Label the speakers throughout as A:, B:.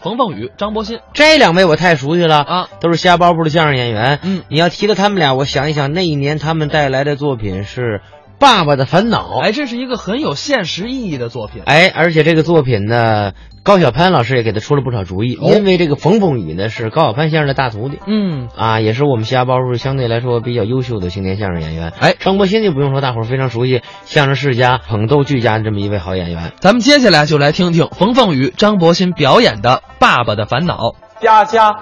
A: 冯凤雨、张博鑫
B: 这两位我太熟悉了
A: 啊，
B: 都是虾包部的相声演员。
A: 嗯，
B: 你要提到他们俩，我想一想，那一年他们带来的作品是《爸爸的烦恼》。
A: 哎，这是一个很有现实意义的作品。
B: 哎，而且这个作品呢，高晓攀老师也给他出了不少主意，
A: 哦
B: 因为这个冯凤雨呢是高晓攀先生的大徒弟。
A: 嗯，
B: 啊，也是我们虾包是相对来说比较优秀的青年相声演员。
A: 哎
B: 张伯鑫就不用说，大伙儿非常熟悉，相声世家、捧逗俱家这么一位好演员。
A: 咱们接下来就来听听冯凤雨、张博鑫表演的《爸爸的烦恼》。
C: 家家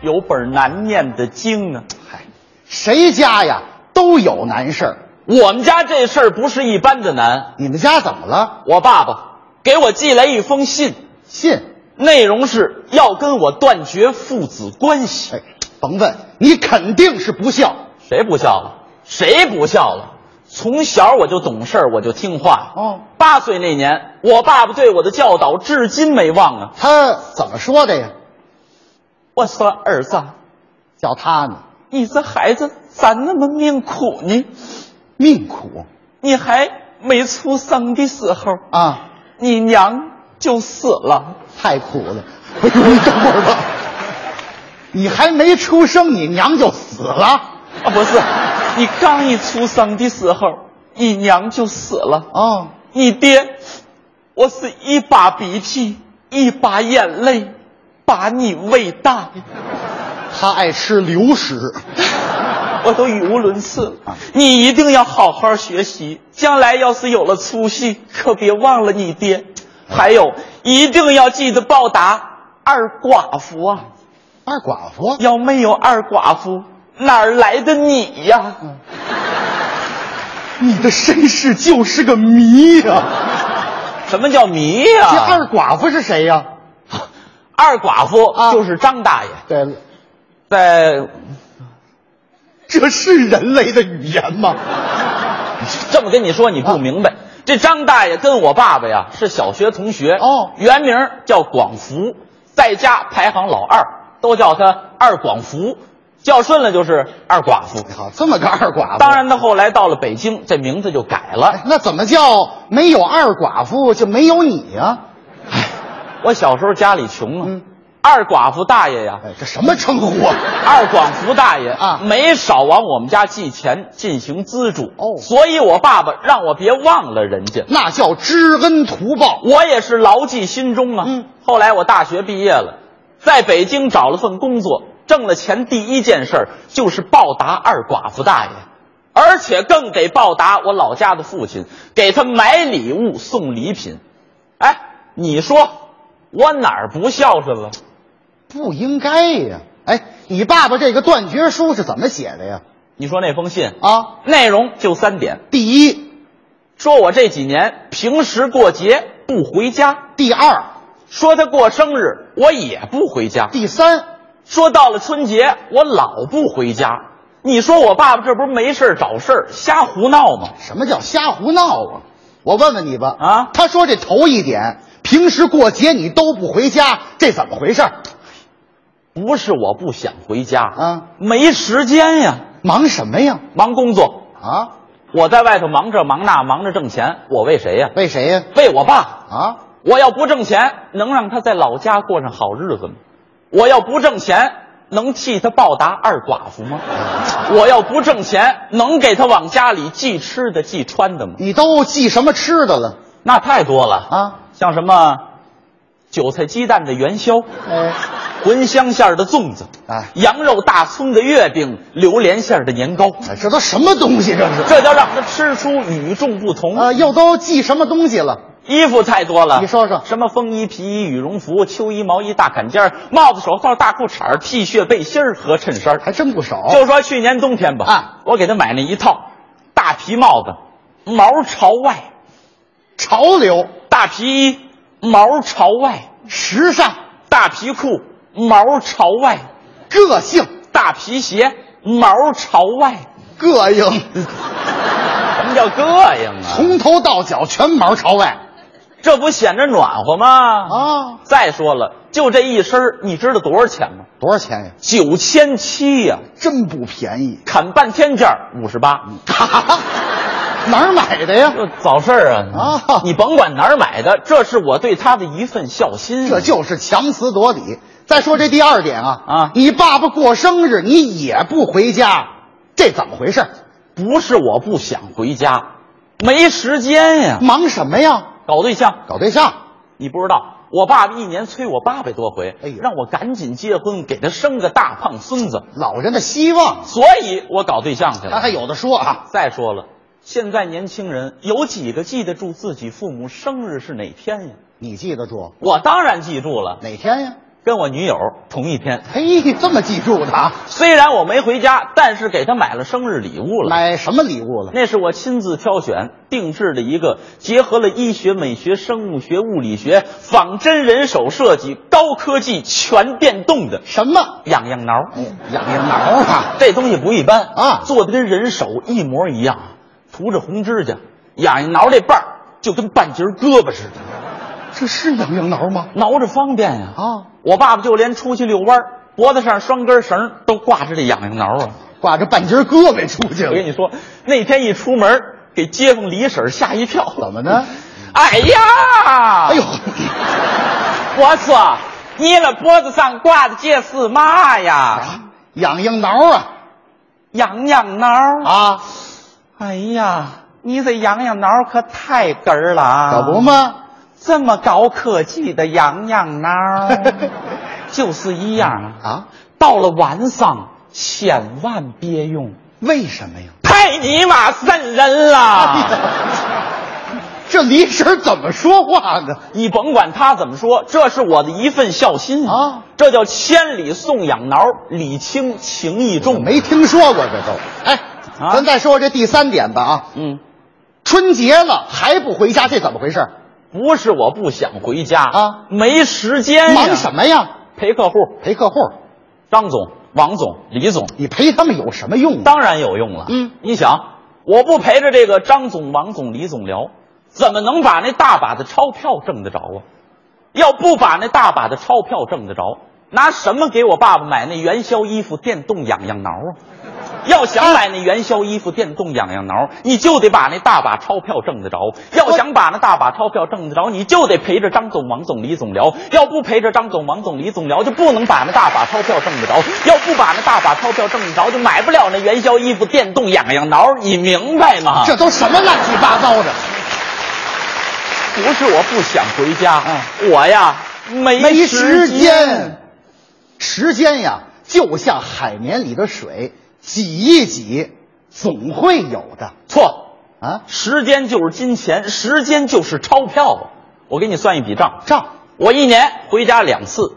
C: 有本难念的经啊！嗨，
D: 谁家呀都有难事儿。
C: 我们家这事儿不是一般的难。
D: 你们家怎么了？
C: 我爸爸给我寄来一封信，
D: 信？
C: 内容是要跟我断绝父子关系。
D: 哎，甭问，你肯定是不孝。
C: 谁不孝了？谁不孝了？从小我就懂事儿，我就听话。
D: 哦，
C: 八岁那年，我爸爸对我的教导至今没忘啊！
D: 他怎么说的呀？
C: 我说儿子，
D: 叫他呢，
C: 你这孩子咋那么命苦呢？
D: 命苦
C: 你还没出生的时候，
D: 啊，
C: 你娘就死了。
D: 太苦了。 不是，你等会儿吧。你还没出生，你娘就死了。
C: 啊，不是，你刚一出生的时候，你娘就死了。
D: 哦，
C: 你爹，我是一把鼻涕一把眼泪，把你喂大，
D: 他爱吃流食。
C: 我都语无伦次了
D: 啊。
C: 你一定要好好学习，将来要是有了出息，可别忘了你爹。还有，一定要记得报答二寡妇啊！
D: 二寡妇
C: 要没有二寡妇，哪儿来的你呀？
D: 嗯你的身世就是个谜呀、
C: 什么叫迷呀、
D: 这二寡妇是谁呀、
C: 二寡妇
D: 啊
C: 就是张大爷，
D: 对了，
C: 在
D: 这是人类的语言吗？
C: 这么跟你说你不明白，这张大爷跟我爸爸呀是小学同学
D: 哦
C: 原名叫广福，在家排行老二，都叫他二广福，叫顺了就是二寡妇。
D: 好，这么个二寡妇。
C: 当然，他后来到了北京，这名字就改
D: 啊哎
C: 了。
D: 那怎么叫没有二寡妇就没有你呀、
C: 我小时候家里穷啊，
D: 嗯
C: 二寡妇大爷呀，
D: 哎，这什么称呼啊？
C: 二广福大爷
D: 啊
C: 没少往我们家寄钱进行资助
D: 哦
C: 所以我爸爸让我别忘了人家。
D: 那叫知恩图报。
C: 我也是牢记心中啊。
D: 嗯，
C: 后来我大学毕业了，在北京找了份工作，挣了钱，第一件事儿就是报答二寡妇大爷，而且更得报答我老家的父亲，给他买礼物送礼品。哎，你说我哪儿不孝顺了？
D: 不应该呀、哎，你爸爸这个断绝书是怎么写的呀？
C: 你说那封信，
D: 啊，
C: 内容就三点：
D: 第一、
C: 说我这几年平时过节不回家，
D: 第二、
C: 说他过生日我也不回家，
D: 第三，
C: 说到了春节，我老不回家。你说我爸爸这不是没事儿找事儿，瞎胡闹吗？
D: 什么叫瞎胡闹啊？我问问你吧，
C: 啊
D: 他说这头一点，平时过节你都不回家，这怎么回事？
C: 不是我不想回家
D: 啊，
C: 没时间呀，
D: 忙什么呀？
C: 忙工作。
D: 啊，
C: 我在外头忙这忙那，忙着挣钱，我为谁呀？
D: 为谁呀？
C: 为我爸。
D: 啊，
C: 我要不挣钱，能让他在老家过上好日子吗？我要不挣钱，能替他报答二寡妇吗？我要不挣钱，能给他往家里寄吃的、寄穿的吗？
D: 你都记什么吃的了？
C: 那太多了
D: 啊！
C: 像什么韭菜鸡蛋的元宵，
D: 哎，
C: 茴香馅儿的粽子，
D: 哎
C: 羊肉大葱的月饼，榴莲馅儿的年糕，
D: 哎这都什么东西？这是。
C: 这叫让他吃出与众不同。
D: 啊，又都记什么东西了？
C: 衣服太多了，
D: 你说说
C: 什么风衣、皮衣、羽绒服、秋衣、毛衣、大坎肩儿、帽子、手套、大裤衩儿、T 恤、背心儿和衬衫儿。
D: 还真不少。
C: 就说去年冬天吧，
D: 啊，
C: 我给他买那一套大皮帽子，毛朝外；
D: 潮流、
C: 大皮衣，毛朝外；
D: 时尚、
C: 大皮裤，毛朝外。
D: 个性、
C: 大皮鞋毛朝外，哎
D: 膈应，
C: 什么叫膈应啊？
D: 从头到脚全毛朝外
C: 这不显着暖和吗？啊！
D: 啊！
C: 再说了，就这一身儿，你知道多少钱吗？
D: 多少钱呀？
C: 九千七呀，
D: 真不便宜。
C: 砍半天价五十八。
D: 哪儿买的呀？
C: 就早市儿啊！
D: 啊
C: 你甭管哪儿买的，这是我对他的一份孝心啊。
D: 这就是强词夺理。再说这第二点啊
C: 啊
D: 你爸爸过生日你也不回家，这怎么回事？
C: 不是我不想回家，没时间呀。
D: 忙什么呀？
C: 搞对象，
D: 搞对象？
C: 你不知道，我爸爸一年催我八百多回，
D: 哎呦
C: 让我赶紧结婚，给他生个大胖孙子。
D: 老人的希望，
C: 所以我搞对象去了。
D: 他还有的说啊。
C: 再说了，现在年轻人有几个记得住自己父母生日是哪天呀？
D: 你记得住
C: 我当然记住了，
D: 哪天呀？
C: 跟我女友同一天。
D: 嘿，这么记住的啊？
C: 虽然我没回家，但是给她买了生日礼物了。
D: 买什么礼物了？
C: 那是我亲自挑选定制的一个结合了医学、美学、生物学、物理学、仿真人手设计、高科技全电动的
D: 什么？
C: 痒痒挠。
D: 哎痒痒挠啊？
C: 这东西不一般
D: 啊
C: 做的跟人手一模一样，涂着红指甲，痒痒挠这瓣儿就跟半截胳膊似的，
D: 这是痒痒挠吗？
C: 挠着方便呀、
D: 啊，
C: 我爸爸就连出去遛弯儿，脖子上拴根绳儿都挂着这痒痒挠啊。
D: 挂着半截胳膊出去
C: 我跟
D: 了。
C: 你说，那天一出门儿，给街坊李婶儿吓一跳。
D: 怎么呢？
C: 哎呀！
D: 哎呦，
C: 我说，你那脖子上挂的这是嘛
D: 啊
C: 呀？
D: 痒痒挠啊
C: 痒痒挠！
D: 啊，
C: 哎呀，你这痒痒挠可太哏儿了啊！
D: 可不？吗？，
C: 这么高科技的痒痒挠 就是一样啊！
D: 啊，
C: 到了晚上千万别用，
D: 为什么呀？
C: 太尼玛瘆人了！啊
D: 这李婶怎么说话呢？
C: 你甭管他怎么说，这是我的一份孝心
D: 啊！
C: 这叫千里送痒挠，礼轻情意重。
D: 没听说过这都。哎，
C: 啊
D: 咱再说这第三点吧啊，
C: 嗯。
D: 春节了还不回家，这怎么回事？
C: 不是我不想回家
D: 啊
C: 没时哎间呀
D: 忙什？么呀？
C: 陪客户，
D: 陪客户，
C: 张总、王总、李总，
D: 你陪他们有什么用啊？
C: 当然有用了。
D: 嗯，
C: 你想，我不陪着这个张总、王总、李总聊，怎么能把那大把的钞票挣得着啊？要不把那大把的钞票挣得着，拿什么给我爸爸买那元宵衣服电动痒痒挠啊？要想买那元宵衣服电动痒痒挠，你就得把那大把钞票挣得着。要想把那大把钞票挣得着，你就得陪着张总、王总、李总聊。要不陪着张总、王总、李总聊，就不能把那大把钞票挣得着。要不把那大把钞票挣得着，就买不了那元宵衣服电动痒痒挠。你明白吗？
D: 这都什么乱七八糟的？
C: 不是我不想回家，我呀没
D: 没
C: 哎时
D: 时间。时间呀，就像海绵里的水，挤一挤，总会有的
C: 错，
D: 啊。
C: 时间就是金钱，时间就是钞票啊。我给你算一笔账，
D: 账
C: 我一年回家两次，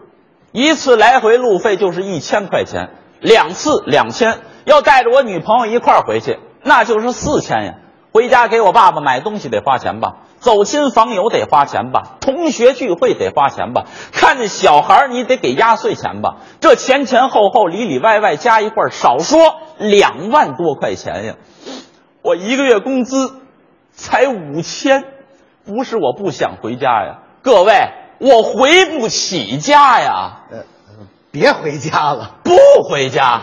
C: 一次来回路费就是一千块钱，两次两千，要带着我女朋友一块儿回去，那就是四千呀。回家给我爸爸买东西得花钱吧，走亲访友得花钱吧，同学聚会得花钱吧，看见小孩儿你得给压岁钱吧，这前前后后里里外外加一块儿，少说两万多块钱呀。我一个月工资才五千，不是我不想回家呀，各位，我回不起家呀，
D: 呃，别回家了，
C: 不回家。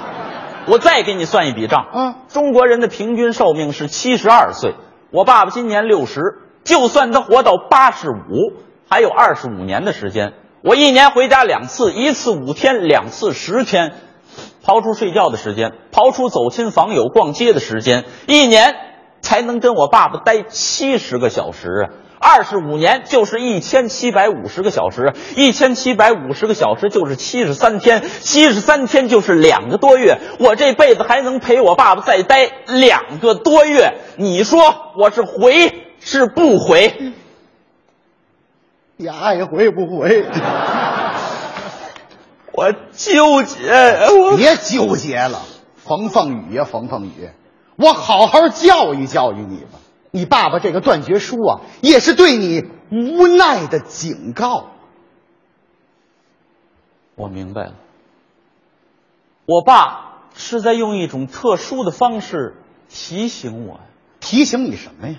C: 我再给你算一笔账，
D: 嗯
C: 中国人的平均寿命是七十二岁，我爸爸今年六十，就算他活到八十五，还有二十五年的时间。我一年回家两次，一次五天，两次十天，刨出睡觉的时间，刨出走亲访友、逛街的时间，一年才能跟我爸爸待七十个小时啊！二十五年就是一千七百五十个小时，一千七百五十个小时就是七十三天，七十三天就是两个多月。我这辈子还能陪我爸爸再待两个多月，你说我是回是不回？
D: 也爱回不回，
C: 我纠结，呃我
D: 别纠结了。冯凤雨呀，冯凤雨，我好好教育教育你吧。你爸爸这个断绝书啊，也是对你无奈的警告。
C: 我明白了，我爸是在用一种特殊的方式提醒我呀。
D: 提醒你什么呀？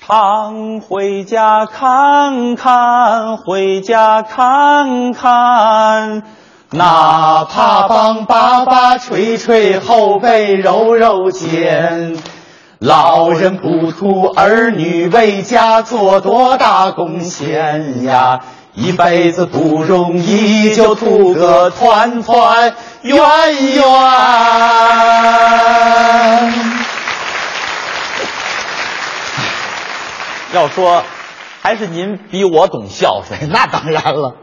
C: 常回家看看，回家看看，哪怕帮爸爸捶捶后背、揉揉肩。
D: 老人不图儿女为家做多大贡献呀，一辈子不容易，就图个团团圆圆。
C: 要说，还是您比我懂孝顺。
D: 那当然了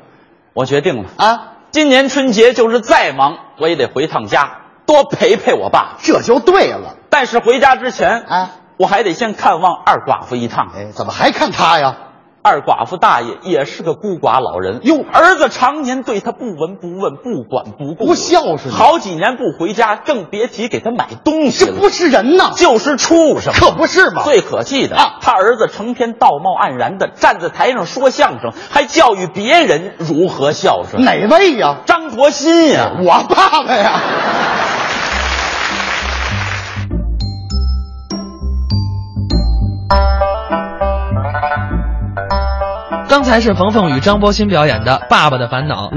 C: 我决定了，
D: 啊，
C: 今年春节就是再忙，我也得回趟家，多陪陪我爸。
D: 这就对了。
C: 但是回家之前，
D: 啊，
C: 我还得先看望二寡妇一趟。
D: 哎，怎么还看他呀？
C: 二寡妇大爷也是个孤寡老人，
D: 哟
C: 儿子常年对他不闻不问、不管不顾，
D: 不孝顺
C: 好几年不回家，更别提给他买东西
D: 这不
C: 了。
D: 是人呐！
C: 就是畜生，
D: 可不是嘛
C: 最可气的
D: 啊
C: 他儿子成天道貌岸然的站在台上说相声，还教育别人如何孝顺。
D: 哪位呀？
C: 张伯鑫呀、
D: 我爸爸呀！
A: 刚才是冯凤雨、张伯鑫表演的《爸爸的烦恼》。